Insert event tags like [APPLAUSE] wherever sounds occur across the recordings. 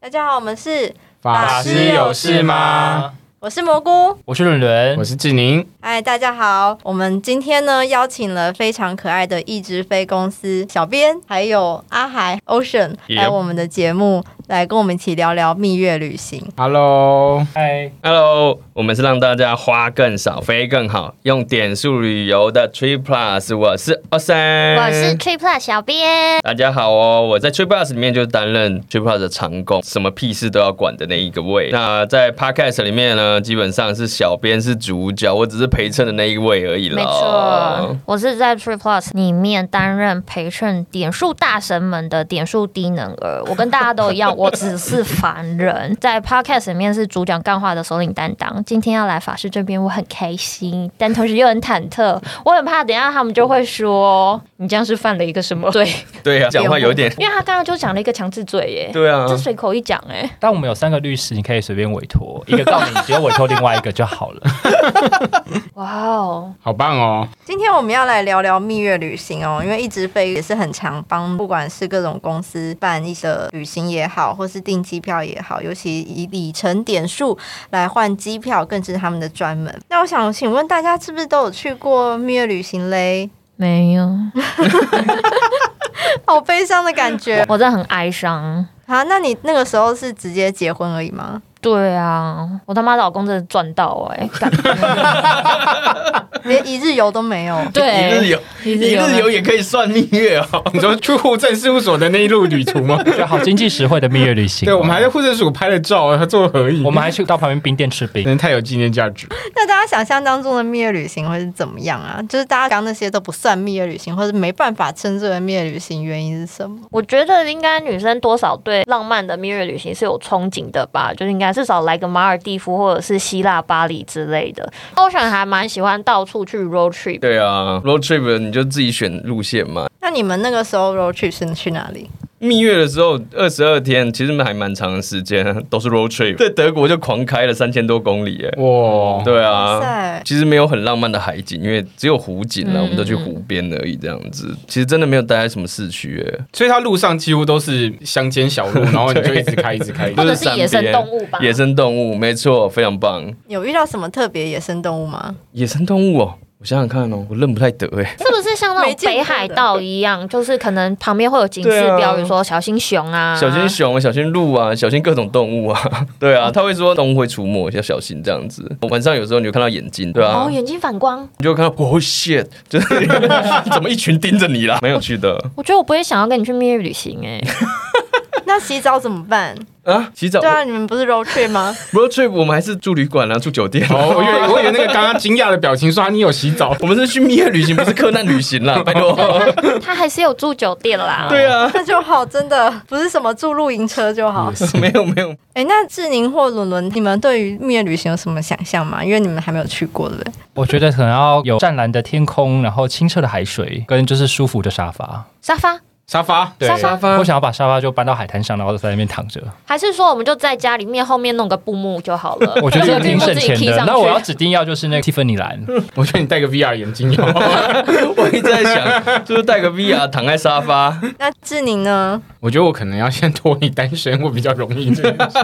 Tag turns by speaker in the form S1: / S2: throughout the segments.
S1: 大家好，我们是
S2: 法师有事吗？
S1: 我是蘑菇，
S2: 我是伦伦，
S3: 我是志宁。
S1: 哎，大家好，我们今天呢邀请了非常可爱的一只飞公司小编，还有阿海 Ocean
S3: Yep
S1: 来我们的节目，来跟我们一起聊聊蜜月旅行。
S2: Hello，嗨，
S3: Hello，我们是让大家花更少，飞更好，用点数旅游的 Trip Plus，我是阿三，
S4: 我是 Tree Plus 小编，
S3: 大家好哦，我在 Trip Plus 里面就担任 Trip Plus 的长工，什么屁事都要管的那一个位。那在 Podcast 里面呢，基本上是小编是主角，我只是陪衬的那一位而已啦。
S4: 没错，，我是在 Tree Plus 里面担任陪衬点数大神们的点数低能儿。我跟大家都一样，我只是凡人，在 Podcast 里面是主讲干话的首领担当。今天要来法师这边，我很开心，但同时又很忐忑，我很怕等一下他们就会说你这样是犯了一个什么罪，
S3: 对啊，讲话有点，
S4: 因为他刚刚就讲了一个强制罪耶。
S3: 对啊
S4: 这，随口一讲哎、
S2: 但我们有三个律师，你可以随便委托，一个告你，你只要委托另外一个就好了。 [LAUGHS]
S4: 哇哦，
S5: 好棒哦！
S1: 今天我们要来聊聊蜜月旅行哦，因为一直飞也是很常帮，不管是各种公司办一些旅行也好，或是订机票也好，尤其以里程点数来换机票，更是他们的专门。那我想请问大家，是不是都有去过蜜月旅行嘞？
S4: 没有，
S1: 好悲伤的感
S4: [LAUGHS]
S1: 觉
S4: 我真的很哀伤。
S1: 啊！那你那个时候是直接结婚而已吗？
S4: 对啊，我他妈老公真的赚到 [LAUGHS] 哎、干
S1: 连一日游都没有？
S3: 一日
S4: 对，
S3: 游，一日游也可以算蜜月哦。
S5: 你说去户政事务所的那一路旅途吗？
S2: 就好经济实惠的蜜月旅行。
S5: 对，我们还在户政署拍了照，还做合影，
S2: 我们还去到旁边冰店吃冰
S5: 真。的太有纪念价值。
S1: 那大家想象当中的蜜月旅行会是怎么样啊？就是大家刚那些都不算蜜月旅行，或者没办法称之为蜜月旅行，原因是什么？
S4: 我觉得应该女生多少对浪漫的蜜月旅行是有憧憬的吧，就是应该至少来个马尔蒂夫或者是希腊巴黎之类的。我想还蛮喜欢到处去 road trip，
S3: 对啊，road trip 你就自己选路线嘛，
S1: 那你们那个时候 road trip 是去哪里？
S3: 蜜月的时候，二十二天，其实还蛮长的时间，都是 road trip，在德国就狂开了三千多公里，耶。
S5: 哇，
S3: 对
S1: 哇
S3: 啊。
S1: 塞，
S3: 其实没有很浪漫的海景，因为只有湖景啦，
S4: 嗯
S3: 我们都去湖边而已，这样子。其实真的没有待在什么市区，耶
S5: 所以它路上几乎都是乡间小路，然后你就一直开，一直开。一直
S4: 或
S5: 开
S4: 者是野生动物吧。
S3: 野生动物，没错，非常棒。
S1: 有遇到什么特别野生动物吗？ [LAUGHS]
S3: 野生动物哦，我想想看哦，我认不太得哎。
S4: 是不是像那
S1: 没
S4: 种
S1: 见过
S4: 北
S1: 的
S4: 海道一样，就是可能旁边会有警示
S3: 对啊
S4: 标语说小心熊啊，
S3: 小心熊，小心鹿啊，小心各种动物啊。 [LAUGHS] 对啊，他会说动物会出没，要小心这样子。晚上有时候你就看到眼睛，对啊
S4: 哦，，眼睛反光。
S3: 你就看到哦 shit，就是 [LAUGHS] 怎么一群盯着你啦，蛮有趣的。
S4: 我觉得我不会想要跟你去蜜月旅行 [LAUGHS] 哎、
S1: 那洗澡怎么办？
S3: 啊，洗澡
S1: 对啊，你们不是 road trip 吗？
S3: road trip 我们还是住旅馆啊，住酒店、啊。
S5: 哦，我以为我以为那个刚刚惊讶的表情说啊你有洗澡，
S3: 我们是去蜜月旅行，不是客难旅行 [LAUGHS] 啦，拜托。
S4: 他还是有住酒店啦。
S3: 对啊，
S1: 那就好，真的不是什么住露营车就好。
S3: 没有没有，
S1: 哎、那志宁或伦伦，你们对于蜜月旅行有什么想象吗？因为你们还没有去过，对不对？
S2: 我觉得可能要有湛蓝的天空，然后清澈的海水，跟就是舒服的沙发。
S4: 沙发
S5: 沙发对
S4: 沙发
S2: 我想要把沙发就搬到海滩上，然后在那边躺 [LAUGHS] 着。？
S4: 还是说我们就在家里面后面弄个布幕就好了
S2: 我觉得这个
S4: 布
S2: 挺
S4: 幕
S2: 省
S4: 自己
S2: 钱
S4: 踢
S2: 的。
S4: 上
S2: 那我要
S4: 去。
S2: 指定要就是那个蒂芬尼 [LAUGHS] 蓝，
S5: 我觉得你戴个 VR 眼镜哦好不好
S3: 我一直在想，就是带个 VR 躺在沙发，
S1: 那志宁呢？
S5: 我觉得我可能要先脱离单身，我比较容易这件事。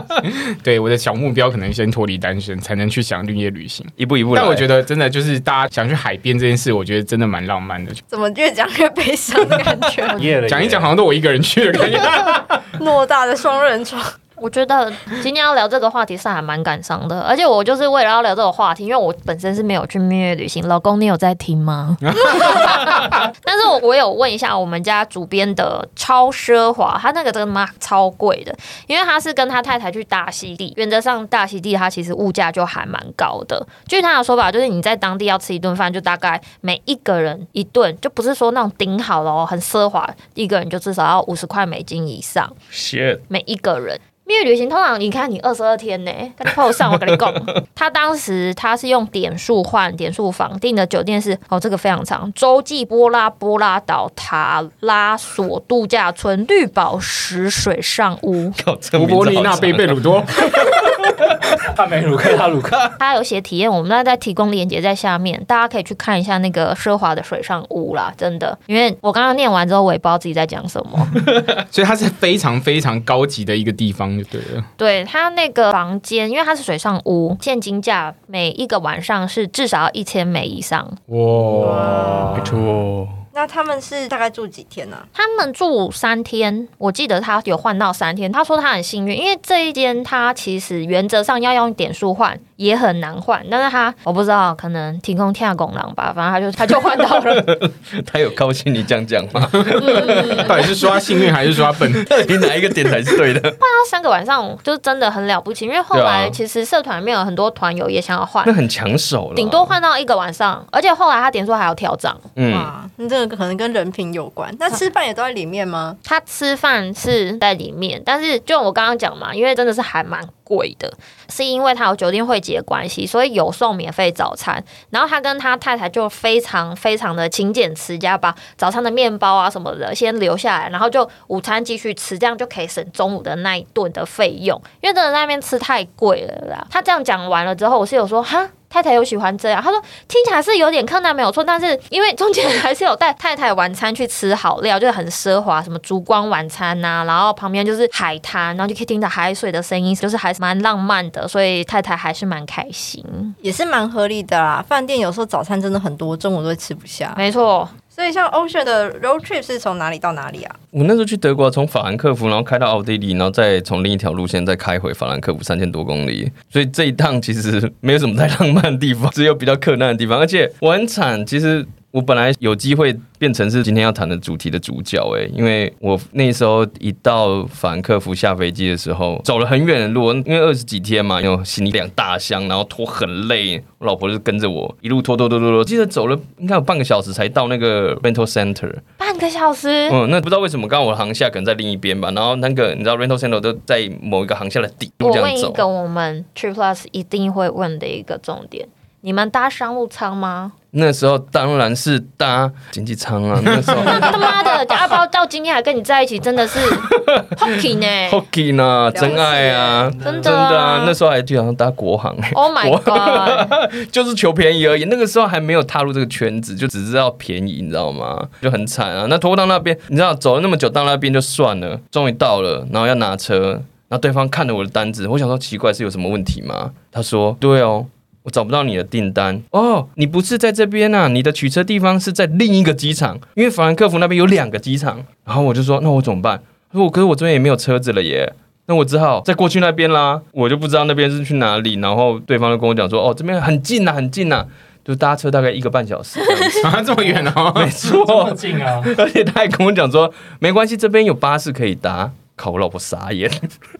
S5: 对，我的小目标可能先脱离单身，才能去想绿叶旅行。
S3: 一步一步来。
S5: 但我觉
S3: 得
S5: 得真的就是大家想去海边这件事，我觉得真的蛮浪漫的。
S1: 怎么越讲越悲伤的感觉？
S2: 耶
S5: 讲一讲好像都我一个人去的感觉。
S1: 偌大的双人床，
S4: 我觉得今天要聊这个话题是还蛮感伤的，而且我就是为了要聊这个话题，因为我本身是没有去蜜月旅行。老公，你有在听吗？但是我我有问一下我们家主编的超奢华，他那个真的妈超贵的，因为他是跟他太太去大溪地，原则上大溪地它其实物价就还蛮高的。据他的说法，就是你在当地要吃一顿饭，就大概每一个人一顿，就不是说那种顶好了哦，很奢华，一个人就至少要五十块美金以上。
S3: shit，
S4: 每一个人。蜜月旅行通常你看你二十二天呢，跟你扣上我跟你讲，他当时他是用点数换点数房订的酒店是哦，这个非常长，洲际波拉波拉岛塔拉索度假村绿宝石水上屋，
S3: 靠，这
S5: 伯
S3: 名字
S5: 伯
S3: 好
S5: 利纳
S3: 长
S5: 贝贝鲁多，
S2: 帕梅鲁克拉鲁 [LAUGHS] 克，
S4: 它有写体验，我们那再提供链接在下面，大家可以去看一下那个奢华的水上屋啦，真的，因为我刚刚念完之后，我也不知道自己在讲什么。
S5: [LAUGHS] 所以它是非常非常高级的一个地方，就对了。
S4: 对它那个房间，因为它是水上屋，现金价每一个晚上是至少要一千美以上。
S5: 哇，不错。
S1: 那他们是大概住几天呢、
S4: 他们住三天，我记得他有换到三天。他说他很幸运，因为这一间他其实原则上要用点数换，也很难换。但是他我不知道，可能提供跳拱廊吧，反正他就他就换到了。
S3: 他有高兴你这样讲吗？
S5: 到底是说他幸运还是说他笨？ [LAUGHS]
S3: 到底哪一个点才是对
S4: [LAUGHS]
S3: 的？
S4: 那三个晚上就真的很了不起，因为后
S3: 对
S4: 来
S3: 啊
S4: 其实社团里面有很多团友也想要换
S3: 那，很抢手了，
S4: 顶多换到一个晚上，而且后来他点数还要调涨。
S3: 嗯，
S1: 哇，那这个可能跟人品有关。那吃饭也都在里面吗？
S4: 他吃饭是在里面，但是就我刚刚讲嘛，因为真的是还蛮贵的，是因为他有酒店会籍的关系，所以有送免费早餐。然后他跟他太太就非常非常的勤俭持家，把早餐的面包啊什么的先留下来，然后就午餐继续吃，这样就可以省中午的那一顿的费用。因为真的在那边吃太贵了啦。他这样讲完了之后，我室友说哈。太太有喜欢这样，他说听起来是有点困难没有错，但是因为中间还是有带太太晚餐去吃好料，就是很奢华，什么烛光晚餐呐、然后旁边就是海滩，然后就可以听到海水的声音，就是还是蛮浪漫的，所以太太还是蛮开心。
S1: 也是蛮合理的啦。饭店有时候早餐真的很多，中午都会吃不
S3: 啊
S1: 下。
S4: 没错，
S1: 所以像 Ocean 的 road trip 是从哪里到哪里啊？
S3: 我那时候去德国，从法兰克福，然后开到奥地利，然后再从另一条路线再开回法兰克福，三千多公里。所以这一趟其实没有什么太浪漫的地方，只有比较困难的地方。而且我很惨，其实我本来有机会变成是今天要谈的主题的主角、诶，因为我那时候一到法兰克福下飞机的时候，走了很远的路，因为二十几天嘛，有行李两大箱，然后拖很累，我老婆就跟着我一路拖拖拖拖拖，记得走了应该有半个小时才到那个 rental center。
S4: 半个小时，
S3: 嗯，那不知道为什么，刚刚我的航厦可能在另一边吧，然后那个你知道 rental center 都在某一个航厦的底
S4: 我
S3: 部这
S4: 问
S3: 样
S4: 一
S3: 走。
S4: 个我们 Trip Plus 一定会问的一个重点：你们搭商务舱吗？
S3: 那时候当然是搭经济舱
S4: [LAUGHS]
S3: 啊，那时候
S4: 他妈的，阿包到今天还跟你在一起，真的是 [LAUGHS] hockey 呢
S3: hockey 呢，
S1: 解
S3: 真爱啊，
S4: 真
S3: 真
S4: 的
S3: 的
S4: 啊
S3: 啊，那时候还经常搭国航、欸，
S4: ！Oh my
S3: 我
S4: god！
S3: [LAUGHS] 就是求便宜而已。那个时候还没有踏入这个圈子，就只知道便宜，你知道吗？就很惨啊。那拖到那边，你知道走了那么久到那边就算了，终于到了，然后要拿车，然后对方看了我的单子，我想说奇怪是有什么问题吗？他说对哦。我找不到你的订单哦，你不是在这边啊，你的取车地方是在另一个机场，因为法兰克福那边有两个机场。然后我就说，那我怎么办？他说我可是我这边也没有车子了耶，那我只好再过去那边啦。我就不知道那边是去哪里，然后对方就跟我讲说，哦，这边很近呐、很近呐、啊就搭车大概一个半小时
S5: [LAUGHS]
S3: 这样子
S5: 啊，这么远哦，
S3: [LAUGHS] 没错，
S2: 近啊！
S3: 而且他还跟我讲说，没关系，这边有巴士可以搭。靠，我老婆傻眼，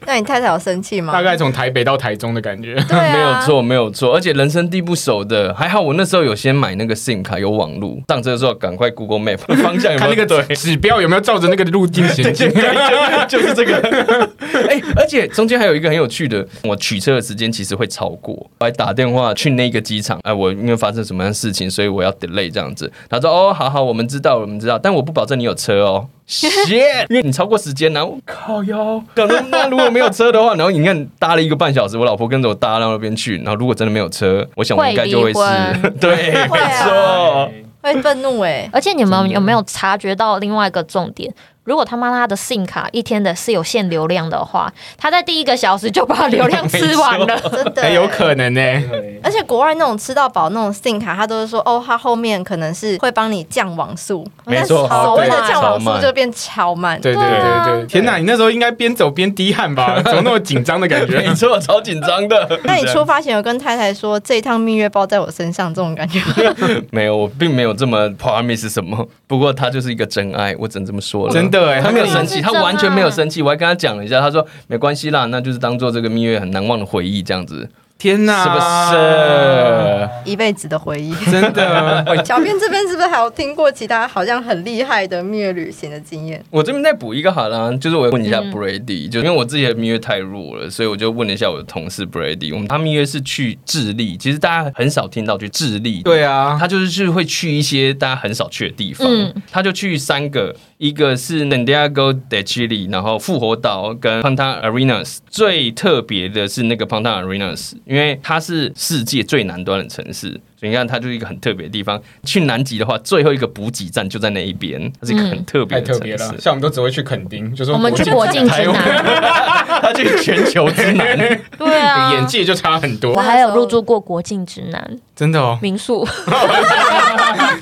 S1: 那你太太有生气吗？
S5: 大概从台北到台中的感觉。
S1: 对、啊、
S3: 没有。错，没有错，而且人生地不熟的，还好我那时候有先买那个 SIM 卡，有网路，上车的时候赶快 Google Map 方向有
S5: 看
S3: 没
S5: 那
S3: 有
S5: 个
S3: 哎对，
S5: 指标有没有照着那个路径前 [LAUGHS] 进？
S3: [LAUGHS] 就是这个。哎、而且中间还有一个很有趣的，我取车的时间其实会超过，我还打电话去那个机场，哎、我因为发生什么样的事情，所以我要 delay 这样子。他说：“哦，好好，我们知道，我们知道，但我不保证你有车 [LAUGHS] 哦。” shit，因为你超过时间然啊后我靠腰。可能那如果没有车的话，然后你看搭了一个半小时，我老婆跟着我搭到那边去，然后如果真的没有车，我想我应该就会是
S4: 会离
S3: [LAUGHS] 对，没
S1: 会啊
S3: 错。
S1: 会愤怒
S4: [LAUGHS]
S1: 哎、
S4: 而且你们有没有察觉到另外一个重点？如果他妈他的 SIM 卡一天的是有限流量的话，他在第一个小时就把流量吃完了。
S1: 真的、欸
S5: 很哎有可能呢、
S1: 而且国外那种吃到饱那种 SIM 卡，它都是说哦，它后面可能是会帮你降网速，
S3: 没错
S1: 但所谓的
S4: 好对
S1: 降网
S3: 超
S1: 速
S3: 慢
S1: 就变超慢。
S5: 对对对啊对，天哪！你那时候应该边走边滴汗吧？怎么那么紧张的感 [LAUGHS]
S3: 没
S5: 觉？
S3: 错，超紧张的。
S1: [LAUGHS] 那你出发前有跟太太说这一趟蜜月包在我身上这种感觉吗？
S3: 没有，我并没有这么 promise 什么。 [LAUGHS] 不过他就是一个真爱，我只能这么说了。
S5: 真的哎、
S3: 他没有生
S5: 神，
S3: 气，
S4: 他
S3: 他
S4: 是真爱
S3: 完全没有生气。我还跟他讲了一下，他说没关系啦，那就是当做这个蜜月很难忘的回忆这样子，
S5: 天哪！
S3: 是不是？
S1: 一辈子的回忆。
S5: 是？真的，
S1: 小编这边是不是还有听过其他好像很厉害的蜜月旅行的经验？
S3: 我这边再补一个好了，就是我问一下
S4: 嗯
S3: Brady，、就因为我自己的蜜月太弱了，所以我就问了一下我的同事 Brady，我们他蜜月是去智利，其实大家很少听到去智利，
S5: 对啊，
S3: 他就是去会去一些大家很少去的地方，
S4: 嗯
S3: 他就去三个，一个是 n a n d i a g o de Chile，然后复活岛跟 Panta Arenas。最特别的是那个 Panta Arenas，因为它是世界最南端的城市，所以你看它就是一个很特别的地方。去南极的话，最后一个补给站就在那一边，它是一个很特别
S5: 太
S3: 的城
S5: 特别
S3: 市。
S5: 了，像我们都只会去垦丁，就说
S4: 我们去国境之南，
S3: 它去全球之南，
S4: 对啊，
S5: 眼界就差很
S4: 我
S5: 多，
S4: 还有入住过国境之南
S5: 真的哦！
S4: 民 [LAUGHS] 宿，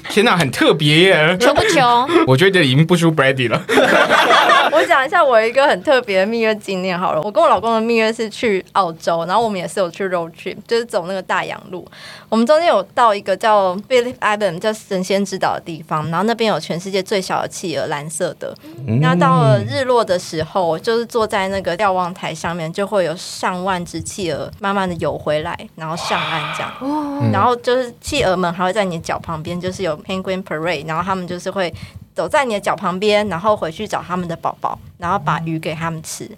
S5: 天哪，很特别耶！
S4: 穷不穷？
S5: 我觉得已经不输 Brady 了。
S1: [LAUGHS] 我讲一下我一个很特别的蜜月经验好了，我跟我老公的蜜月是去澳洲，然后我们也是有去 road trip，就是走那个大洋路。我们中间有到一个叫 Phillip Island，叫神仙之岛的地方，然后那边有全世界最小的企鹅，蓝色的。那到了日落的时候，就是坐在那个瞭望台上面，就会有上万只企鹅慢慢的游回来，然后上岸这样。然后就是企鹅们还会在你的脚旁边，就是有 penguin parade，然后他们就是会走在你的脚旁边，然后回去找他们的宝宝，然后把鱼给他们吃。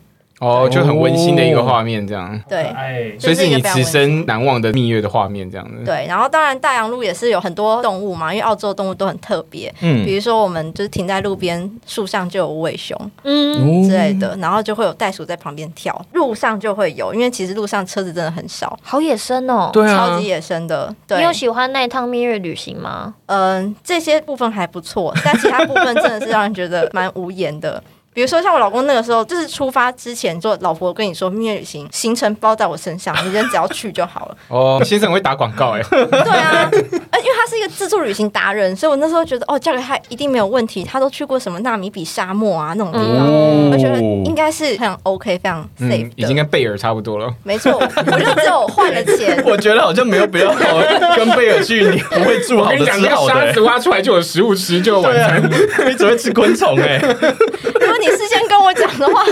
S5: 哦，就很温馨的一个画面，这样，
S1: 对
S2: 哎，
S5: 所
S1: 这
S5: 以是
S1: 一个
S5: 你
S1: 非常
S5: 此
S1: 温馨
S5: 生嗯难忘的蜜月的画面，这样子。
S1: 对，然后当然大洋路也是有很多动物嘛，因为澳洲动物都很特别，
S3: 嗯
S1: 比如说我们就是停在路边树上就有无尾熊
S4: 嗯，
S1: 之类的，然后就会有袋鼠在旁边跳，路上就会有，因为其实路上车子真的很少，
S4: 好野生哦。
S3: 对
S1: 超
S3: 啊。
S1: 级，野生的。对
S4: 你，有喜欢那一趟蜜月旅行吗？
S1: 嗯，这些部分还不错， [LAUGHS] 但其他部分真的是让人觉得蛮无言的。比如说像我老公那个时候，就是出发之前，说老婆跟你说蜜月旅行行程包在我身上，你人只要去就好了。 [LAUGHS]
S5: 哦，先生很会打广告哎，
S1: 对啊，呃，因为他是一个自助旅行达人，所以我那时候觉得哦，嫁给他一定没有问题。他都去过什么纳米比沙漠啊那种地方，
S5: 哦
S1: 我觉得应该是非常 OK、非常
S5: 嗯
S1: safe
S5: 已
S1: 的。
S5: 经跟贝尔差不多了。
S1: 没错，我就只有换了钱
S3: [LAUGHS] 我觉得好像没有比较好，跟贝尔去你不会住
S5: 我
S3: 好
S5: 跟
S3: 的
S5: 你讲，
S3: 吃
S5: 那
S3: 好
S5: 个
S3: 的、
S5: 沙子挖出来就有食物吃，就有晚
S3: 对啊
S5: 餐。，
S3: 你只会吃昆虫哎、
S1: 如果你事先跟我讲的话，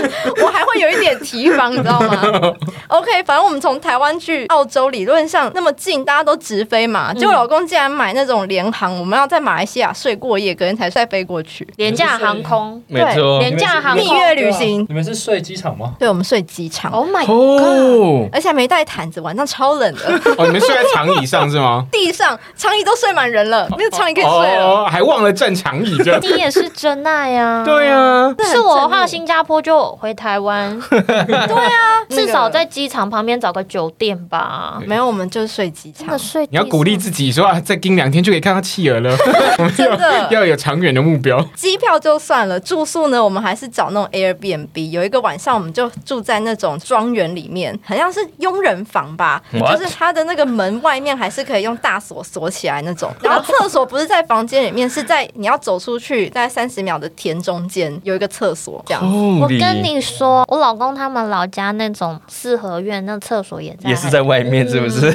S1: 我还会有一点提防，你知道吗？OK，反正我们从台湾去澳洲，理论上那么近，大家都直飞嘛。结果老公竟然买那种联航，我们要在马来西亚睡过夜，隔天才再飞过去。
S4: 廉价航空，
S3: 没错，
S4: 廉价航空
S1: 蜜月旅行，
S2: 你们是睡机场吗？
S1: 对我们睡机场。
S4: ，Oh my god！
S3: 哦，
S1: 而且还没带毯子，晚上超冷
S5: [LAUGHS]
S1: 的，
S5: 哦，你们睡在长椅上是吗？
S1: 地上苍蝇都睡满人了，那个苍蝇 [LAUGHS] 可以睡了。
S5: 哦，还忘了占长椅
S4: [LAUGHS]
S5: 这样。
S4: 你也是真爱呀、啊。
S5: 对啊，
S4: 是我的话，新加坡就回台湾，
S1: 那个
S4: 至少在机场旁边找个酒店吧。
S1: 没有，我们就是睡机
S4: 真
S1: 场
S4: 的，睡地
S5: 你
S4: 上，
S5: 要鼓励自己说啊，再盯两天就可以看到企鹅了，
S4: [LAUGHS]
S1: 真的。
S5: 要有长远的目标。
S1: 机票就算了，住宿呢，我们还是找那种 Airbnb。有一个晚上，我们就住在那种庄园里面，好像是佣人房吧
S3: What？
S1: 就是它的那个门外面还是可以用大锁锁起来那种。然后厕所不是在房间里面，是在你要走出去大概三十秒的田中间有一个厕所，这样。
S4: 我
S3: 我
S4: 跟你说，我老公他们老家那种四合院，那厕所也在，
S3: 也是在外面，是不是？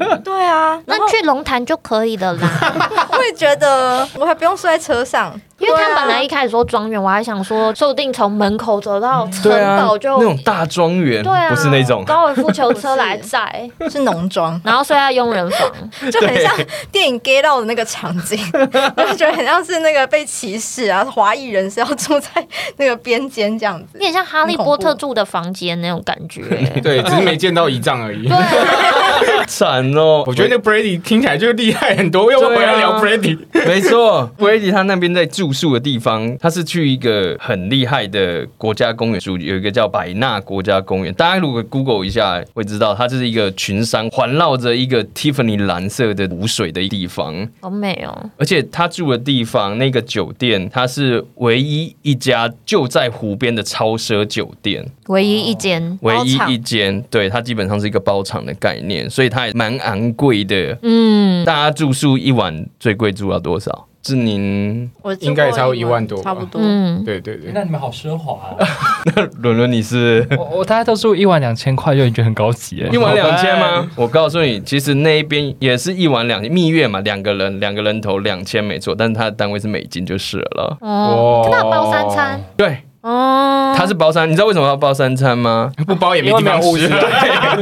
S4: 嗯
S1: 对啊，然后
S4: 那去龙潭就可以 [LAUGHS] 了啦，
S1: 我也觉得我还不用睡在车上，
S4: 因为
S1: 对
S4: 他
S1: 啊
S4: 本来一开始说庄园，我还想说，说不定从门口走到
S3: [LAUGHS]
S4: 城
S3: 对啊
S4: 堡，就
S3: 那种大庄园，
S4: 对啊，
S3: 不是那种。 [LAUGHS]
S4: 高尔夫球车来载， [LAUGHS]，
S1: 啊是农庄
S4: 然后睡在佣人房，
S1: [LAUGHS] 就很像电影 get 到的那个场景， [LAUGHS] 就觉得很像是那个被歧视啊，华裔人士要住在那个边间这样子
S4: 有。点像哈利波特
S1: 很恐怖
S4: 住的房间那种感
S3: [LAUGHS]
S4: 觉。
S5: 对，只是没见到一丈而已
S4: 对。啊，
S3: 惨哦！
S5: 我觉得那 Brady 听起来就厉害很多，要不要回来聊
S4: 啊
S5: Brady？
S3: 没错，Brady 他那边在住宿的地方，他是去一个很厉害的国家公园住，有一个叫百纳国家公园。大家如果 Google 一下会知道，它就是一个群山环绕着一个 Tiffany 蓝色的湖水的地方。
S4: 好美哦，
S3: 而且他住的地方那个酒店，它是唯一一家就在湖边的超奢酒店，
S4: 唯一一间，
S3: 唯一
S1: 包场
S3: 一间。对，它基本上是一个包场的概念，所以它也蛮昂贵的。
S4: 嗯，
S3: 大家住宿一晚最贵住要多少？是您
S1: [LAUGHS] 我住过
S5: 应该也超过
S1: 一
S5: 一万多吧
S1: 差
S3: 哦
S1: 不多。
S4: 嗯，
S5: 对对对，
S2: 那你们好奢华、啊！
S3: 伦伦，你是
S2: [LAUGHS] 我我大家都住一晚两千块就已经很高级耶
S3: [LAUGHS] 一晚两千吗？我告诉你，其实那一边也是一晚两千，蜜月嘛，两个人两个人头两千没错，但是它的单位是美金就是了。
S4: 哦
S5: 哇，
S4: 那包三餐，
S3: 对，
S4: 哦，
S3: 它是包三，你知道为什么要包三餐 [LAUGHS] 吗？
S5: 不包也没地方吃。啊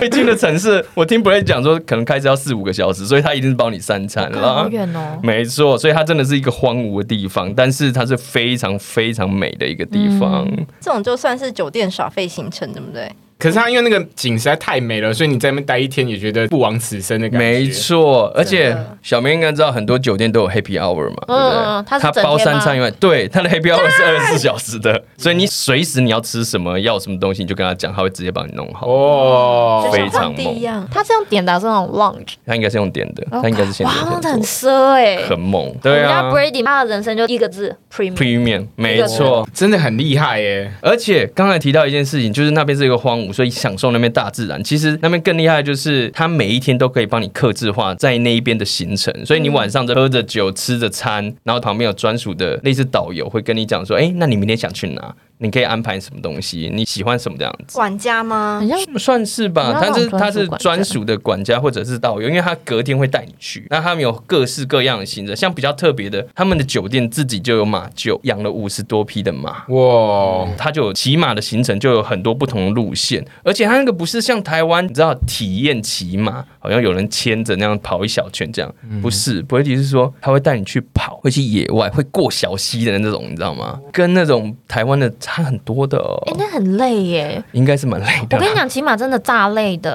S3: 美金的城市，我听 b r a d 讲说，可能开车要四五个小时，所以他一定是包你三餐
S4: 看好
S3: 了。
S4: 远哦，
S3: 没错，所以它真的是一个荒芜的地方，但是它是非常非常美的一个地方。
S4: 嗯
S1: 这种就算是酒店耍费行程，对不对？
S5: 可是它因为那个景实在太美了，所以你在那边待一天也觉得不枉此生的感觉。
S3: 没错，而且
S1: 的
S3: 小明应该知道很多酒店都有 Happy Hour 嘛，对
S4: 嗯
S3: 不对？
S4: 嗯它是整
S3: 包
S4: 天
S3: 三
S4: 吗
S3: 餐以外，对，它的 Happy Hour
S4: [LAUGHS]
S3: 是二十四小时的，所以你随时你要吃什么，要什么东西，你就跟他讲，他会直接帮你弄好。
S5: 哦
S1: 就，
S3: 非
S1: 像
S3: 常
S1: 皇帝
S3: 猛
S1: 一样。
S4: 他这样点的是那种 lunch，
S3: 他应该是用点的，他应该是现
S4: 哦哇，
S3: 点现
S4: 他
S3: 做
S4: 很奢哎、
S3: 很猛，对啊
S4: 我们家 Brady 他的人生就一
S3: [LAUGHS]
S4: 个字 premium，
S3: ，Premium，没错。
S5: 真的很厉害耶！
S3: 而且刚才提到一件事情，就是那边是一个荒芜，所以享受那边大自然。其实那边更厉害，的就是它每一天都可以帮你克制化在那一边的行程。所以你晚上在喝着酒、吃着餐，然后旁边有专属的类似导游会跟你讲说：“哎，那你明天想去哪？你可以安排什么东西？你喜欢什么这样子
S1: 管家吗 [LAUGHS]
S4: 很？像？”
S3: 算是吧，
S4: 那
S3: 但是
S4: 种
S3: 它是
S4: 专属管家
S3: 专属的管家或者是导游，因为他隔天会带你去。那他们有各式各样的行程，像比较特别的，他们的酒店自己就有马厩，养了五十多匹的马。
S5: 哇，
S4: 嗯
S3: 它就有骑马的行程，就有很多不同的路线，而且它那个不是像台湾，你知道体验骑马，好像有人牵着那样跑一小圈这样，不是，伯迪是说他会带你去跑，会去野外，会过小溪的那种，你知道吗？跟那种台湾的差很多的、哦
S4: 哎、，那很累耶！
S3: 应该是蛮累的啦。
S4: 我跟你讲，骑马真的炸累的。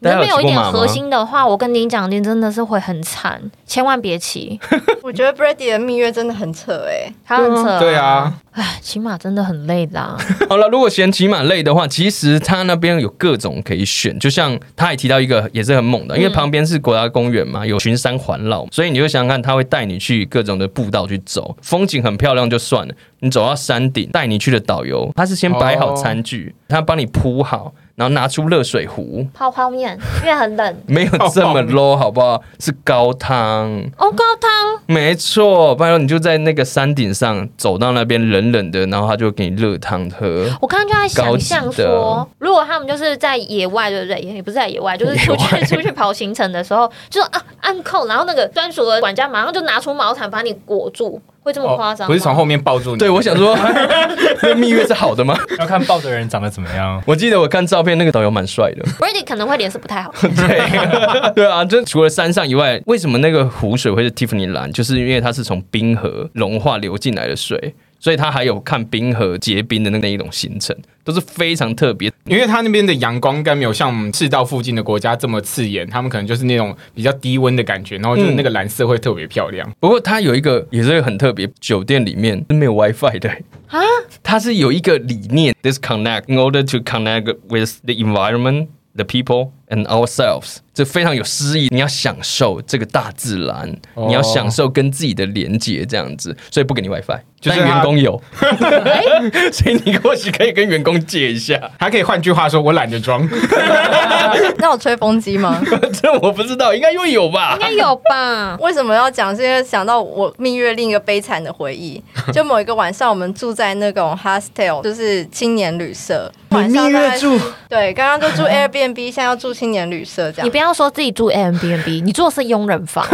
S4: 你
S3: 啊大家
S4: 没
S3: 有
S4: 有
S3: 骑
S4: 一
S3: 过
S4: 点
S3: 马吗
S4: 核心的话，我跟你讲，你真的是会很惨，千万别骑，
S1: 我觉得 Brady 的蜜月真的很扯哎、
S4: 他很扯、
S5: 对，啊，
S4: 哎，骑马真的很累
S3: [LAUGHS]
S4: 的、啊。
S3: 好了，如果嫌骑马累的话，其实它那边有各种可以选，就像他也提到一个也是很猛的，因为旁边是国家公园嘛，有群山环绕，所以你就想想看，他会带你去各种的步道去走，风景很漂亮就算了，你走到山顶，带你去的导游他是先摆好餐具，他帮你铺好，然后拿出热水壶。
S4: 泡泡面，因为很冷。
S3: 没有这么 low 好不好？是高汤，
S4: 哦，高汤，
S3: 没错。不然你就在那个山顶上走到那边冷冷的，然后他就给你热汤喝。
S4: 我刚刚就在想象
S3: 高级的
S4: 说，如果他们就是在野外，对不对？也不是在野外，就是出去 [LAUGHS] 出去跑行程的时候，就说啊按扣，然后那个专属的管家马上就拿出毛毯把你裹住，会这
S3: 哦
S4: 么夸张吗？
S5: 哦不是从后面抱住你？
S3: 对，我想说，那蜜月是好的吗？
S2: 要看抱的人长得怎么样。
S3: 我记得我看照片，那个导游蛮帅的。
S4: Brady 可能会脸色不太好。
S3: 对，对啊，就除了山上以外，为什么那个湖水会是 Tiffany 蓝？就是因为它是从冰河融化流进来的水，所以它还有看冰河结冰的那那一种行程，都是非常特别。
S5: 因为它那边的阳光应该没有像我们赤道附近的国家这么刺眼，他们可能就是那种比较低温的感觉，然后就是那
S2: 嗯
S5: 个蓝色会特别漂亮。
S3: 不过它有一个也是很特别，酒店里面是没有 WiFi 的
S4: 啊，
S3: 它是有一个理念，disconnect in order to connect with the environment。The people and ourselves，这非常有诗意。你要享受这个大自然，你要享受跟自己的连接，这样子，所以不给你 WiFi，
S5: 就是
S3: 但员
S5: 它
S3: 工有，
S4: 哎
S3: [LAUGHS] 所以你或许可以跟员工借一下。 [LAUGHS]
S5: 还可以换句话说，我懒得装。
S1: 那有吹风机吗？
S3: 这我不知道，应该又有吧
S4: 应？该有吧？
S1: 为什么要讲？是因为想到我蜜月另一个悲惨的回忆，就某一个晚上，我们住在那种 hostel，就是青年旅社。晚上大概
S5: 住
S1: 对，刚刚都住 Airbnb，现在要住青年旅社 [LAUGHS] 这样
S4: 你。不要说自己住 Airbnb，你住的是佣人房。
S1: [LAUGHS]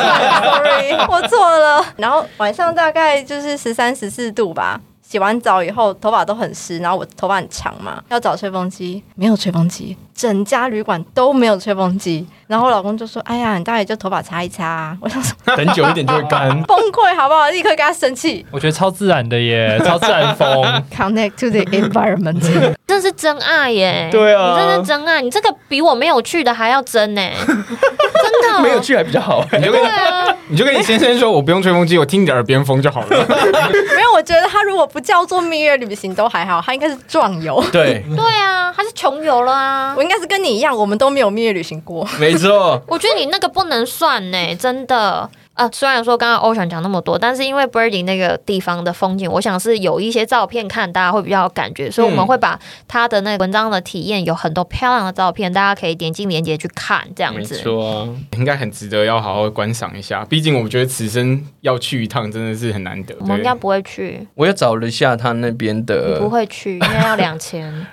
S1: Sorry，我错了。然后晚上大概就是十三、十四度吧。洗完澡以后，头发都很湿，然后我头发很长嘛，要找吹风机，没有吹风机，整家旅馆都没有吹风机。然后我老公就说：“哎呀，你大概就头发擦一擦、啊。”我想说。
S2: [LAUGHS] 等久一点就会干
S1: 崩溃好不好？立刻跟他生气。
S2: 我觉得超自然的耶，超自然风。 [LAUGHS]
S1: Connect to the [LAUGHS] environment，
S4: 这是真爱耶！
S3: 对啊
S4: 你这是真爱，你这个比我没有去的还要
S3: [LAUGHS]
S4: 真呢，真的
S3: 没有去还比较好。
S5: [LAUGHS] 你就跟
S4: 对啊，
S5: 你就跟你先生说，我不用吹风机，我听你的耳边风就好了。 [LAUGHS]
S1: 没有，我觉得他如果不叫做蜜月旅行都还好，他应该是壮游。
S3: 对，
S4: 对啊，他是穷游了啊
S1: 我！应该是跟你一样，我们都没有蜜月旅行过。
S3: 没错。
S4: 我觉得你那个不能算呢，真的。啊，虽然说刚刚 Ocean 讲那么多，但是因为 Birding 那个地方的风景，我想是有一些照片看，大家会比较有感觉，所以我
S3: 嗯
S4: 们会把他的那个文章的体验有很多漂亮的照片，大家可以点进链接去看，这样
S3: 没
S4: 子。
S3: 错啊，
S5: 应该很值得要好好观赏一下，毕竟我觉得此生要去一趟真的是很难得。
S4: 我们应该
S5: 对
S4: 不会去，
S3: 我又找了一下他那边
S4: 你
S3: 的，
S4: 不会去，应该要
S3: [LAUGHS]
S4: 两千。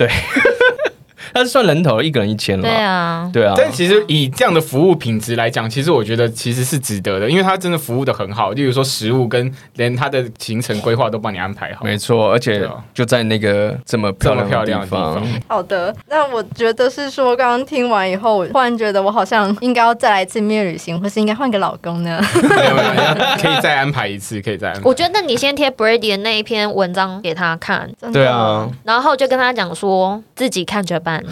S3: 他是算人头，一个人一千了
S4: 对
S3: 吧。
S4: 啊，
S3: 对啊，
S5: 但其实以这样的服务品质来讲，其实我觉得其实是值得的，因为它真的服务的很好，例如说食物跟连它的行程规划都帮你安排好。
S3: 没错，而且
S5: 对啊
S3: 就在那个这么漂
S5: 这么
S3: 亮
S5: 漂亮
S3: 的
S5: 的
S3: 地
S5: 地
S3: 方
S5: 方，，
S1: 好的，那我觉得是说，刚刚听完以后，我突然觉得我好像应该要再来一次蜜月旅行，或是应该换个老公呢？
S5: 没有没有，要可以再安排一次，可以再安排。
S4: 我觉得你先贴 Brady 的那一篇文章给他看，
S1: 真的
S3: 对啊，，
S4: 然后就跟他讲说自己看着办。
S1: [LAUGHS]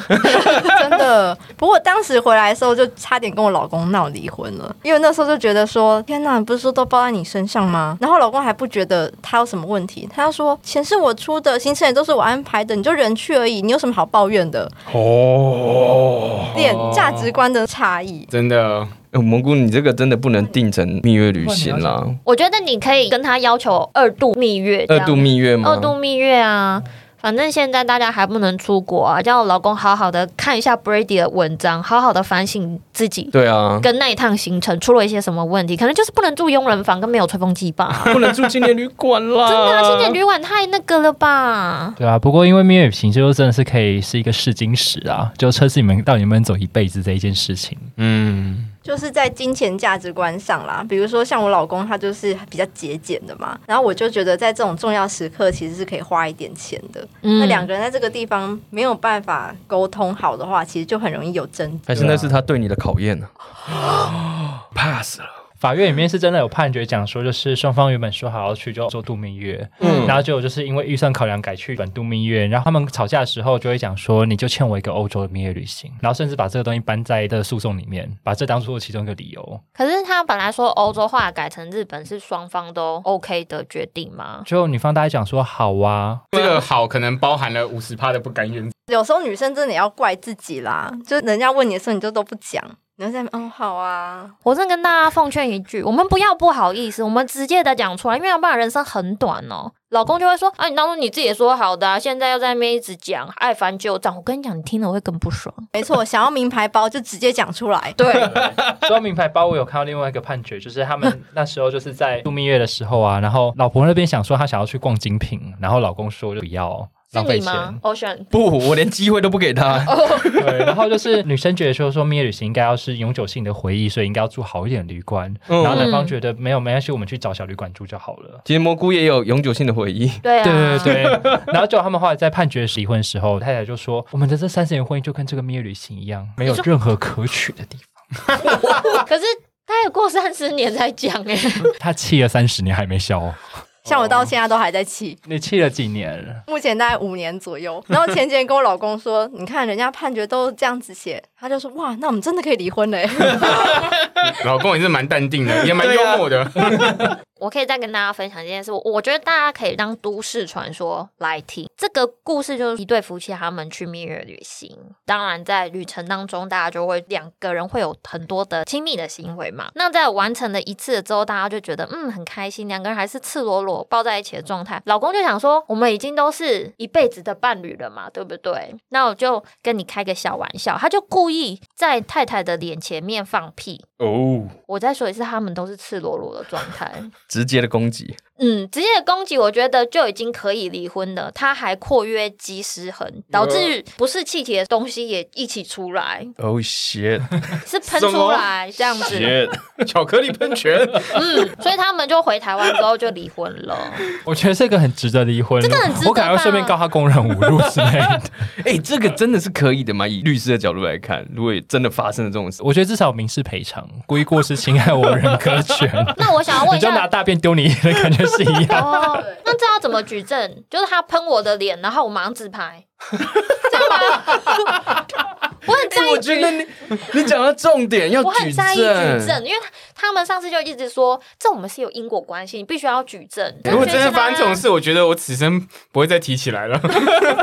S1: 真的。不过当时回来的时候，就差点跟我老公闹离婚了，因为那时候就觉得说，天哪，不是说都包在你身上吗？然后老公还不觉得他有什么问题，他就说钱是我出的，行程也都是我安排的，你就人去而已，你有什么好抱怨的？
S5: 哦，
S1: 点价值观的差异。
S5: 真的
S3: 呃蘑菇，你这个真的不能定成蜜月旅行啦，
S4: 我觉得你可以跟他要求二度蜜月，
S3: 二呃度蜜月吗？
S4: 二哦度蜜月啊。反正现在大家还不能出国啊，叫我老公好好的看一下 Brady 的文章，好好的反省自己
S3: 对
S4: [LAUGHS]
S3: 啊，
S4: 跟那一趟行程出了一些什么问题，可能就是不能住佣人房跟没有吹风机吧。
S3: 不能住青年旅馆啦。
S4: 真的啊，青年旅馆太那个了吧？
S2: 对啊，不过因为蜜月旅行就真的是可以是一个试金石啊，就测试你们到底能不能走一辈子这一件事情。
S5: 嗯，
S1: 就是在金钱价值观上啦，比如说像我老公，他就是比较节俭的嘛，然后我就觉得在这种重要时刻，其实是可以花一点钱的。
S4: 嗯
S1: 那两个人在这个地方没有办法沟通好的话，其实就很容易有争
S3: 还是那是他对你的考验呢、啊、？pass [GASPS] 了，
S2: 法院里面是真的有判决讲说，就是双方原本说好要去就做度蜜月，
S3: 嗯
S2: 然后结果就是因为预算考量改去本度蜜月，然后他们吵架的时候就会讲说，你就欠我一个欧洲的蜜月旅行，然后甚至把这个东西搬在的诉讼里面，把这当做其中一个理由。
S4: 可是他本来说欧洲话改成日本是双方都 OK 的决定吗？
S2: 就女方大概讲说好啊，
S5: 这个好可能包含了五十趴的不甘愿。
S1: 有时候女生真的也要怪自己啦，就是人家问你的时候，你就都不讲，然后在那边嗯好啊，
S4: 我真的跟大家奉劝一句，我们不要不好意思，我们直接的讲出来，因为要不然人生很短哦。老公就会说啊，你当初你自己也说好的、啊，现在又在那边一直讲，爱翻旧账。我跟你讲，你听了会更不爽。
S1: 没错，想要名牌包就直接讲出来。
S4: 对，
S2: [LAUGHS] 说到名牌包，我有看到另外一个判决，就是他们那时候就是在度蜜月的时候啊，然后老婆那边想说她想要去逛精品，然后老公说就不 [LAUGHS] 要
S4: 是
S2: 浪费
S4: 你
S2: 钱，
S4: 吗？Ocean，
S3: 不，我连机会都不给
S4: [LAUGHS]
S3: 他。
S4: 哦
S2: 对，然后就是女生觉得说说蜜月旅行应该要是永久性的回忆，所以应该要住好一点的旅馆，
S3: 嗯
S2: 然后男方觉得没有没关系，我们去找小旅馆住就好了。
S3: 其实蘑菇也有永久性的回忆，
S4: 对啊，
S2: 对对对，然后就他们后来在判决离婚的时候，太太就说：“我们的这三十年婚姻就跟这个蜜月旅行一样，没有
S4: 你说
S2: 任何可取的地方。
S4: [LAUGHS] 可是他也过三十年才讲哎、”
S2: 他气了三十年还没消哦，
S1: [LAUGHS] 像我到现在都还在气，
S2: 你气了几年？
S1: 目前大概五年左右。然后前几天跟我老公说，你看人家判决都这样子写，他就说哇，那我们真的可以离婚欸嘞。
S5: 老公也是蛮淡定 [LAUGHS] 的，也蛮幽默的。
S4: 我可以再跟大家分享一件事，我我觉得大家可以当都市传说来听。这个故事就是一对夫妻他们去蜜月旅行，当然在旅程当中，大家就会两个人会有很多的亲密的行为嘛。那在完成了一次之后，大家就觉得嗯很开心，两个人还是赤裸裸抱在一起的状态。老公就想说，我们已经都是一辈子的伴侣了嘛，对不对？那我就跟你开个小玩笑，他就故意在太太的脸前面放屁。
S3: 哦，
S4: 我再说一次，他们都是赤裸裸的状态。
S3: 直接的攻击，
S4: 嗯，直接的攻击，我觉得就已经可以离婚了。他还括约肌失衡，导致不是气体的东西也一起出来，
S5: Oh,
S3: 哦 shit
S4: 是喷出来这样子。
S5: 巧克力喷泉，
S4: 嗯，所以他们就回台湾之后就离婚了。
S2: 我觉得这个很值得离婚，
S4: 这个很值得吧
S2: 我可能会顺便告他公然侮辱之类
S4: [LAUGHS]
S2: 的。
S3: [LAUGHS] 哎、这个真的是可以的吗？以律师的角度来看，如果真的发生了这种事，
S2: 我觉得至少有民事赔偿，故意过失侵害我人格权，
S4: 那我 [LAUGHS] 想要问
S2: 你
S4: 一
S2: 就拿
S4: 下。
S2: 大便丢你的感觉是一样。
S4: [LAUGHS] 哦，那这要怎么举证？就是他喷我的脸，然后我马上自拍，这样吗？我很 [LAUGHS] 在
S3: 哎
S4: 意
S3: 我觉得你你讲到重点，要
S4: 我很
S3: 举
S4: 在意举
S3: 证。
S4: 证，因为他他们上次就一直说，这我们是有因果关系，你必须要举证。
S5: 如果真的发生这种
S4: 事，
S5: 事，我 [LAUGHS] 觉得我此生不会再提起来了。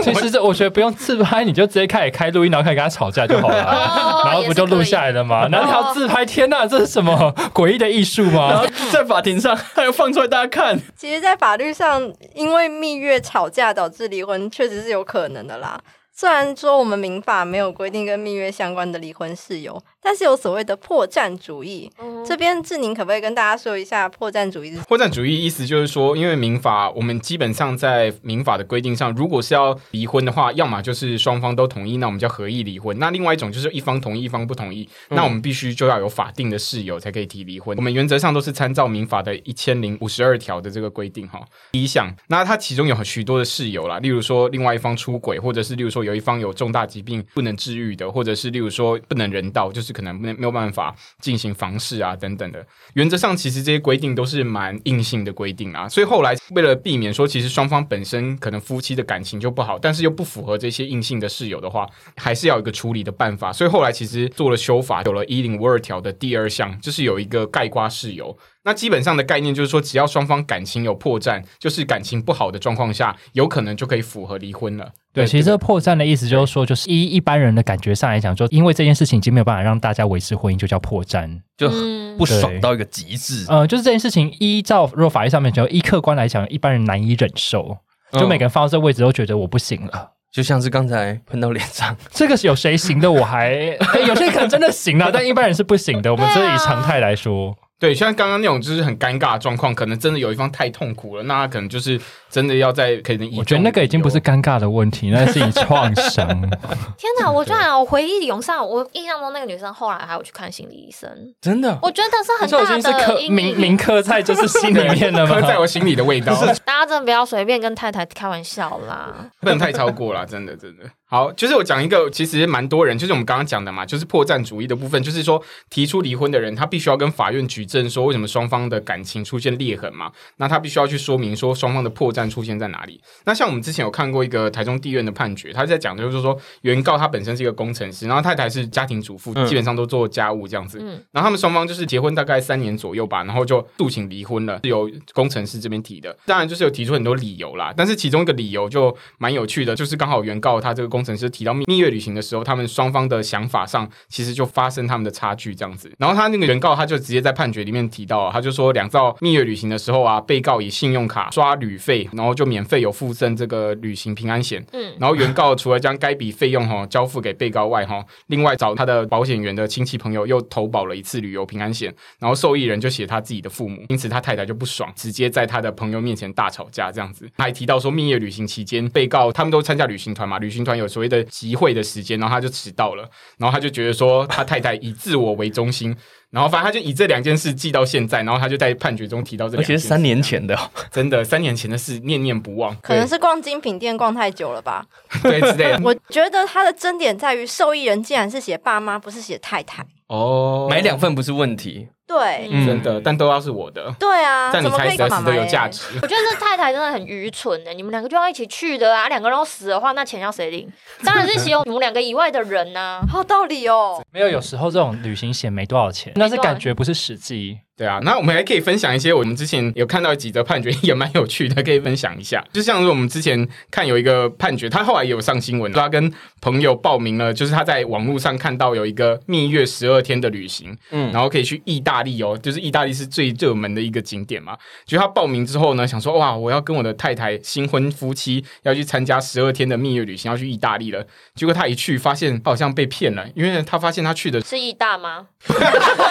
S2: 其实这我觉得不用自拍，你就直接开始开录音，然后开始跟他吵架就好了。
S4: [LAUGHS] 哦
S2: 然后不就录下？来了
S4: [LAUGHS]
S2: 吗？然后你还要自拍，天哪，这是什么诡异的艺术
S4: [LAUGHS]
S3: 然
S2: 吗
S3: 后？在法庭上还要放出来大家看，
S1: 其实，在法律上，因为蜜月吵架导致离婚，确实是有可能的啦。虽然说我们民法没有规定跟蜜月相关的离婚事由，但是有所谓的破绽主义。这边志宁可不可以跟大家说一下破绽主义是什么？
S5: 破绽主义意思就是说，因为民法，我们基本上在民法的规定上，如果是要离婚的话，要么就是双方都同意，那我们叫合意离婚；那另外一种就是一方同意，一方不同意，那我们必须就要有法定的事由才可以提离婚。我们原则上都是参照民法的一千零五十二条的这个规定哈。第一项，那它其中有许多的事由啦，例如说另外一方出轨，或者是例如说说有一方有重大疾病不能治愈的，或者是例如说不能人道，就是可能没没有办法进行房事啊等等的。原则上，其实这些规定都是蛮硬性的规定啊。所以后来为了避免说，其实双方本身可能夫妻的感情就不好，但是又不符合这些硬性的事由的话，还是要有一个处理的办法。所以后来其实做了修法，有了一零五二条的第二项，就是有一个盖瓜事由。那基本上的概念就是说，只要双方感情有破绽，就是感情不好的状况下，有可能就可以符合离婚了。
S2: 对，其实这个破绽的意思就是说，就是一一般人的感觉上来讲，就因为这件事情已经没有办法让大家维持婚姻，就叫破绽。
S3: 就
S4: 嗯
S3: 不爽到一个极致。
S2: 呃，就是这件事情依照若法律上面讲，依客观来讲，一般人难以忍受。就每个人放到这个位置都觉得我不行了，
S3: 就像是刚才喷到脸上，
S2: 这个是有谁行的我还、诶有些人可能真的行了，但一般人是不行的。我们这以常态来说，
S5: 对，像刚刚那种就是很尴尬的状况，可能真的有一方太痛苦了，那他可能就是真的要在可能以
S2: 我觉得那个已经不是尴尬的问题，那是你创 [LAUGHS] 伤。
S4: 天哪！我居然我回忆涌上，我印象中那个女生后来还有去看心理医生，
S3: [LAUGHS] 真的
S4: 我觉得是很大
S2: 这
S4: 的阴
S2: 铭
S4: 影。
S2: 铭刻在就是心 [LAUGHS] 里面了吗
S5: 刻？在我心里的味道，
S4: 大家真的不要随便跟太太开玩笑啦。
S5: [LAUGHS] 不能太超过了，真的真的。好，就是我讲一个，其实蛮多人，就是我们刚刚讲的嘛，就是破绽主义的部分，就是说提出离婚的人，他必须要跟法院举证说为什么双方的感情出现裂痕嘛，那他必须要去说明说双方的破绽出现在哪里。那像我们之前有看过一个台中地院的判决，他在讲的就是说原告他本身是一个工程师，然后太太是家庭主妇，
S3: 嗯
S5: 基本上都做家务这样子，
S4: 嗯，
S5: 然后他们双方就是结婚大概三年左右吧，然后就诉请离婚了，是由工程师这边提的。当然就是有提出很多理由啦，但是其中一个理由就蛮有趣的，就是刚好原告他这个工程师提到蜜蜜月旅行的时候，他们双方的想法上其实就发生他们的差距这样子。然后他那个原告他就直接在判决里面提到，他就说两造蜜月旅行的时候啊，被告以信用卡刷旅费，然后就免费有附赠这个旅行平安险，
S4: 嗯
S5: 然后原告除了将该笔费用哈交付给被告外哈，另外找他的保险员的亲戚朋友又投保了一次旅游平安险，然后受益人就写他自己的父母，因此他太太就不爽，直接在他的朋友面前大吵架这样子。他还提到说蜜月旅行期间，被告他们都参加旅行团嘛，旅行团有所谓的集会的时间，然后他就迟到了，然后他就觉得说他太太以自我为中心。然后反正他就以这两件事记到现在，然后他就在判决中提到这
S3: 而
S5: 两件
S3: 且
S5: 事，
S3: 是三年前的哦，
S5: 真的三年前的事念念不忘，
S1: 可能是逛精品店逛太久了吧。
S5: 对对之类的
S1: 我觉得它的争点在于，受益人竟然是写爸妈，不是写太太。
S5: 哦
S3: [LAUGHS] 买两份不是问题。
S1: 对，
S4: 嗯
S5: 真的，但都要是我的，
S1: 对啊，
S5: 但你
S1: 怎么
S5: 才
S1: 可以
S5: 死
S1: 干
S5: 死
S1: 嘛
S5: 都有价值。
S4: 我觉得这太太真的很愚蠢的，你们两个就要一起去的啊！两个人都死的话，那钱要谁领？当然是写有你们两个以外的人啊
S1: [LAUGHS]
S4: 呐、
S1: 好有道理哦。
S2: 没有，有时候这种旅行险没多少钱，那是感觉不是实际。
S5: 对啊，那我们还可以分享一些我们之前有看到几则判决 [LAUGHS] 也蛮有趣的，可以分享一下。就像是我们之前看有一个判决，他后来也有上新闻，他跟朋友报名了，就是他在网络上看到有一个蜜月十二天的旅行，嗯，然后可以去意大利哦，就是意大利是最热门的一个景点嘛。就他报名之后呢，想说哇，我要跟我的太太新婚夫妻要去参加十二天的蜜月旅行，要去意大利了。结果他一去，发现好像被骗了，因为他发现他去的
S4: 是义大吗？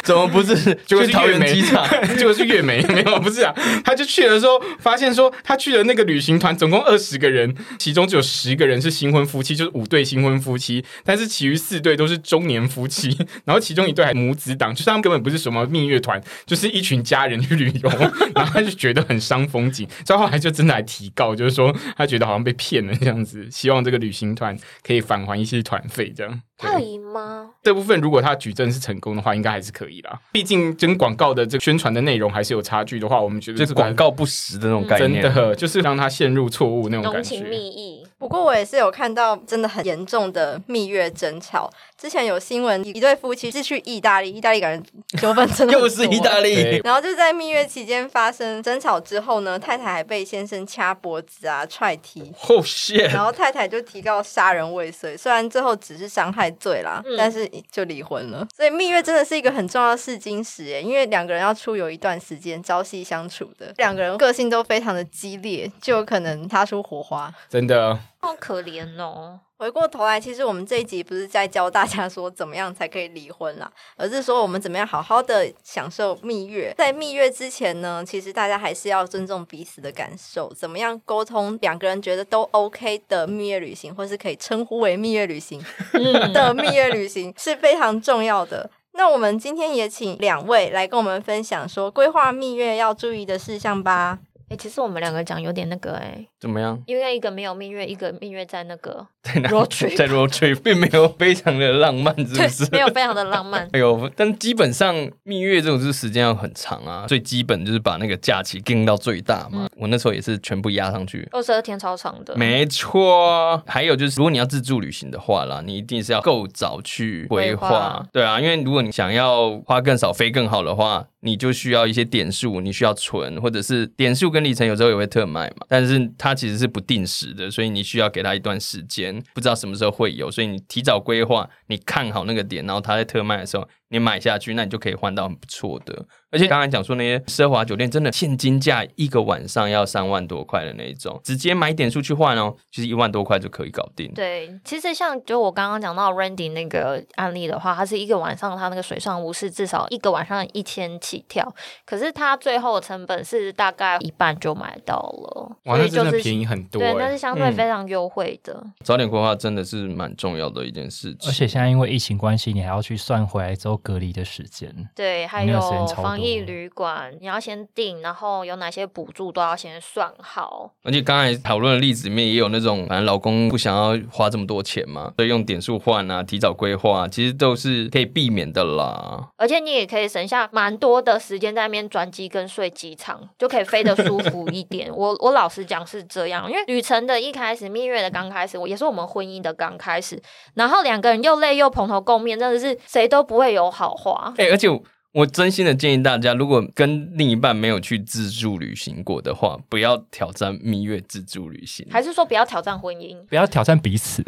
S3: 怎么 [LAUGHS] 不是
S5: 就是
S3: 去桃园机场？
S5: [LAUGHS] 结果是月美，没有，不是啊，他就去的时候发现说，他去的那个旅行团总共二十个人，其中只有十个人是新婚夫妻，就是五对新婚夫妻，但是其余四对都是中年夫妻，然后其中一对还母子档，就是他们根本不是什么蜜月团，就是一群家人去旅游，然后他就觉得很伤风景，所以后来就真的来提告，就是说他觉得好像被骗了这样子，希望这个旅行团可以返还一些团费这样。对
S4: 他有赢吗？
S5: 这部分如果他举证是成功的话，应该还是可以啦。毕竟跟广告的这个宣传的内容还是有差距的话，我们觉得
S3: 就
S5: 这
S3: 广
S5: 个
S3: 告不实的那种概
S5: 真
S3: 念。
S5: 的就是让他陷入错误那种
S4: 浓
S5: 感
S4: 情
S5: 觉。
S4: 蜜意，
S1: 不过我也是有看到真的很严重的蜜月争吵。之前有新闻，一对夫妻是去意大利，意大利感觉纠纷真的
S3: 又是意大
S1: 利。
S3: 利
S5: 对，
S1: 然后就在蜜月期间发生争吵之后呢，太太还被先生掐脖子啊、踹
S3: [LAUGHS]
S1: 踢，
S5: 哦
S3: ，Oh shit！
S1: 然后太太就提告杀人未遂，虽然最后只是伤害罪啦，
S4: 嗯
S1: 但是就离婚了。所以蜜月真的是一个很重要的试金石耶，因为两个人要出游一段时间，朝夕相处的，两个人个性都非常的激烈，就有可能擦出火花。
S5: 真的，
S4: 好可怜哦。
S1: 回过头来，其实我们这一集不是在教大家说怎么样才可以离婚啦， [LAUGHS] 而是说我们怎么样好好的享受蜜月。在蜜月之前呢，其实大家还是要尊重彼此的感受，怎么样沟通两个人觉得都 OK 的蜜月旅行，或是可以称呼为蜜月旅行，
S4: 嗯，
S1: 的蜜月旅行 [LAUGHS] 是非常重要的。那我们今天也请两位来跟我们分享说规划蜜月要注意的事项吧。
S4: 哎、其实我们两个讲有点那个哎、
S3: 怎么样？
S4: 因为一个没有蜜月，一个蜜月在那个
S3: 在哪
S4: Road trip
S3: 在 road trip，并没有非常的浪漫，是不是。
S4: 对，？ [LAUGHS] 没有非常的浪漫
S3: 哎呦，但基本上蜜月这种就是时间要很长啊，最基本就是把那个假期定到最大嘛。我那时候也是全部压上去。
S4: 二十二天超长的，
S3: 没错，还有就是，如果你要自助旅行的话啦，你一定是要够早去规
S4: 规
S3: 划
S4: 划，
S3: 对啊，因为如果你想要花更少、飞更好的话，你就需要一些点数，你需要存，或者是点数跟里程有时候也会特卖嘛，但是它其实是不定时的，所以你需要给它一段时间，不知道什么时候会有，所以你提早规划，你看好那个点，然后它在特卖的时候你买下去，那你就可以换到很不错的。而且刚才讲说那些奢华酒店，真的现金价一个晚上要三万多块的那一种，直接买点数去换哦，就是一万多块就可以搞定。
S4: 对，其实像就我刚刚讲到 Randy 那个案例的话，他是一个晚上，他那个水上屋是至少一个晚上一千起跳，可是他最后成本是大概一半就买到了，
S5: 哇，
S4: 所
S5: 那
S4: 以
S5: 真
S4: 就
S5: 的
S4: 是
S5: 便宜很多、
S4: 对，那
S5: 欸
S4: 是。相对
S3: 嗯
S4: 非常优惠的。
S3: 早点规划真的是蛮重要的一件事情。
S2: 而且现在因为疫情关系，你还要去算回来之后隔离的时间。
S4: 对，还
S2: 那
S4: 有
S2: 个时间超
S4: 防疫
S2: 多
S4: 旅馆，你要先订，然后有哪些补助都要先算好。
S3: 而且刚才讨论的例子里面也有那种，反正老公不想要花这么多钱嘛，所以用点数换啊，提早规划啊，其实都是可以避免的啦。
S4: 而且你也可以省下蛮多的时间在那边转机跟睡机场，就可以飞得舒服一点。 [LAUGHS] 我我老实讲是这样，因为旅程的一开始，蜜月的刚开始，我也是我们婚姻的刚开始，然后两个人又累又蓬头垢面，真的是谁都不会有好话。
S3: 哎、而且我我真心的建议大家，如果跟另一半没有去自助旅行过的话，不要挑战蜜月自助旅行。
S4: 还是说不要挑战婚姻，
S2: 不要挑战彼此，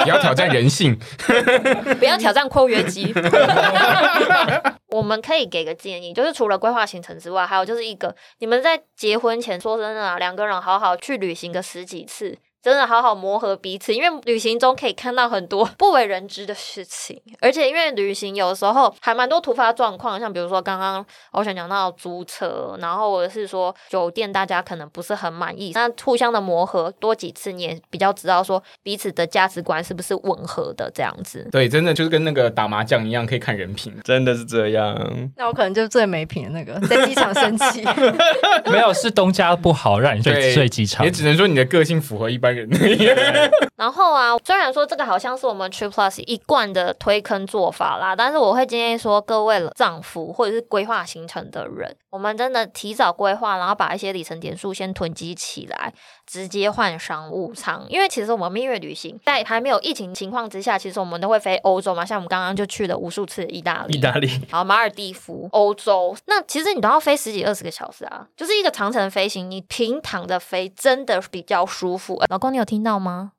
S5: 也要挑战人性，
S4: 不要挑战括约肌。 [LAUGHS] 我们可以给个建议，就是除了规划行程之外，还有就是一个，你们在结婚前，说真的啊，两个人好好去旅行个十几次，真的好好磨合彼此，因为旅行中可以看到很多 [LAUGHS] 不为人知的事情，而且因为旅行有时候还蛮多突发状况，像比如说刚刚我想讲到租车，然后或者是说酒店大家可能不是很满意，那互相的磨合多几次，你也比较知道说彼此的价值观是不是吻合的这样子。
S5: 对，真的就是跟那个打麻将一样，可以看人品。
S3: 真的是这样，
S1: 那我可能就最没品的那个，在机场生气。
S2: [LAUGHS] 没有是东家不好，让你睡睡机场
S5: 也。只能说你的个性符合一般人。
S4: 然后啊，虽然说这个好像是我们 True Plus 一贯的推坑做法啦，但是我会建议说，各位丈夫或者是规划行程的人，我们真的提早规划，然后把一些里程点数先囤积起来，直接换商务舱。因为其实我们蜜月旅行在还没有疫情情况之下，其实我们都会飞欧洲嘛，像我们刚刚就去了无数次的意大利。
S3: 意大利
S4: 然后马尔地夫、欧洲，那其实你都要飞十几二十个小时啊，就是一个长程飞行，你平躺着飞真的比较舒服。老公，你有听到吗？。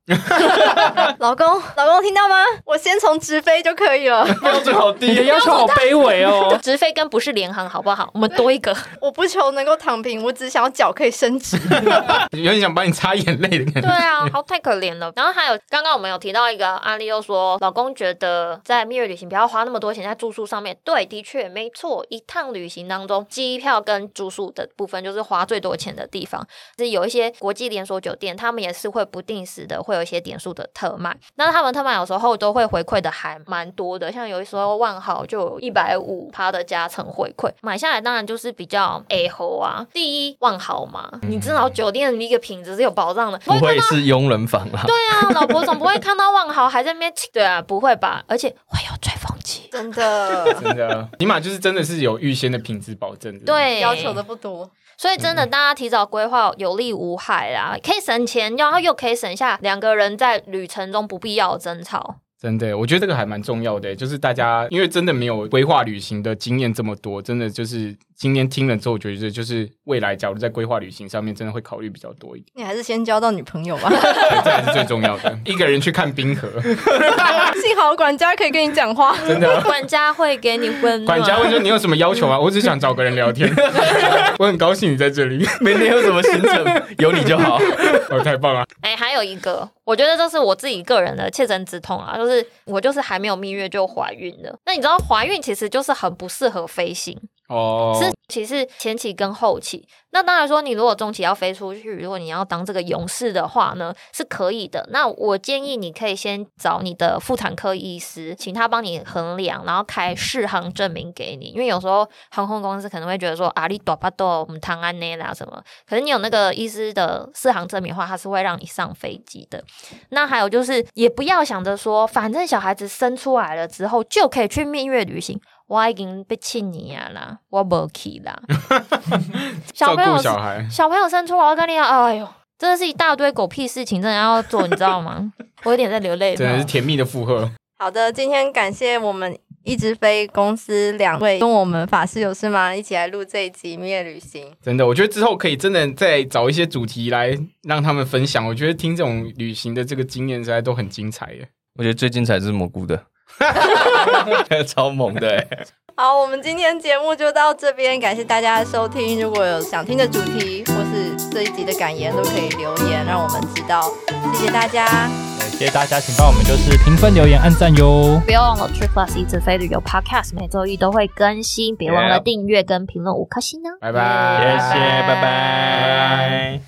S1: 老公，老公听到吗？我先从直飞就可以 [LAUGHS] 了，
S3: 标准好
S2: 你的
S5: 啊
S3: 低。
S2: 要求好卑微哦
S4: 直飞跟不是联航好不好？我们多一个，
S1: 我不求能够躺平，我只想要脚可以伸 [LAUGHS] 直。
S5: [LAUGHS] 有点想把你擦眼泪的感
S4: 对
S5: 觉。
S4: 啊，好太可怜了。然后还有刚刚我们有提到一个案例，又说老公觉得在蜜月旅行不要花那么多钱在住宿上面。对，的确没错，一趟旅行当中，机票跟住宿的部分就是花最多钱的地方。是有一些国际连锁酒店，他们也是会不定时的会有一些点数的特卖，那他们特卖有时候都会回馈的还蛮多的，像有时候万豪就有一百五趴的加成回馈，买下来当然就是比较 A 猴啊。第一，万豪嘛，你至少酒店的一个品质是有保障的，
S3: 不
S4: 会
S3: 会是佣人房啦，
S4: 对啊，老婆总不会看到万豪还在那边亲，对啊，不会吧？而且会有吹风机，
S1: 真的，
S5: 真的，啊起码就是真的是有预先的品质保证。真的，
S4: 对，
S1: 要求的不多。
S4: 所以真的，大家提早规划有利无害啦，可以省钱，然后又可以省下两个人在旅程中不必要的争 [LAUGHS] 吵。
S5: 真的，我觉得这个还蛮重要的，欸就是大家因为真的没有规划旅行的经验这么多，真的就是今天听了之后，我觉得就是未来假如在规划旅行上面，真的会考虑比较多一点，
S1: 你还是先交到女朋友吧， [LAUGHS]
S5: 对，这才是最重要
S3: [LAUGHS]
S5: 的。一个人去看冰河，
S1: 幸好管家可以跟你讲话。
S5: 真的。
S4: 管家会给你温暖，
S5: 管家问说你有什么要求啊？我只想找个人聊天，我很高兴你在这里，
S3: 明天有什么行程，有你就好。
S5: 哦，太棒了！
S4: 哎、还有一个，我觉得这是我自己个人的切身之痛啊，就是我就是还没有蜜月就怀孕了。那你知道怀孕其实就是很不适合飞行，
S5: 哦，
S4: 是其实前期跟后期。那当然说，你如果中期要飞出去，如果你要当这个勇士的话呢，是可以的。那我建议你可以先找你的妇产科医师，请他帮你衡量，然后开适航证明给你。因为有时候航空公司可能会觉得说啊，你多巴多我们唐安内啦什么，可是你有那个医师的适航证明的话，他是会让你上飞机的。那还有就是，也不要想着说，反正小孩子生出来了之后就可以去蜜月旅行。我已经被气你啊啦，我没
S5: [LAUGHS]
S4: 去啦。
S5: 照
S4: 朋友
S5: 顾小孩，
S4: 小朋友生出来，我跟你讲，哎呦，真的是一大堆狗屁事情，真的要做，你知道吗？ [LAUGHS] 我有点在流泪。哦
S5: 真的是甜蜜的负荷。
S1: 好的，今天感谢我们一直飞公司两位跟我们法师有事吗一起来录这一集蜜月旅行。
S5: 真的，我觉得之后可以真的再找一些主题来让他们分享。我觉得听这种旅行的这个经验，实在都很精彩耶。
S3: [LAUGHS] 我觉得最精彩是蘑菇的， [LAUGHS] 超猛的、欸，
S1: 好，我们今天节目就到这边，感谢大家的收听。如果有想听的主题或是这一集的感言，都可以留言让我们知道。谢谢大家。
S2: 谢谢大家，请帮我们就是评分、留言、按赞哟。
S4: 不要忘了 Trip Plus 一直飞旅游 Podcast 每周一都会更新，别忘了
S3: Yeah
S4: 订阅跟评论五颗星哦。
S5: 拜拜
S2: 谢谢，拜
S5: 拜
S2: 拜。
S5: 拜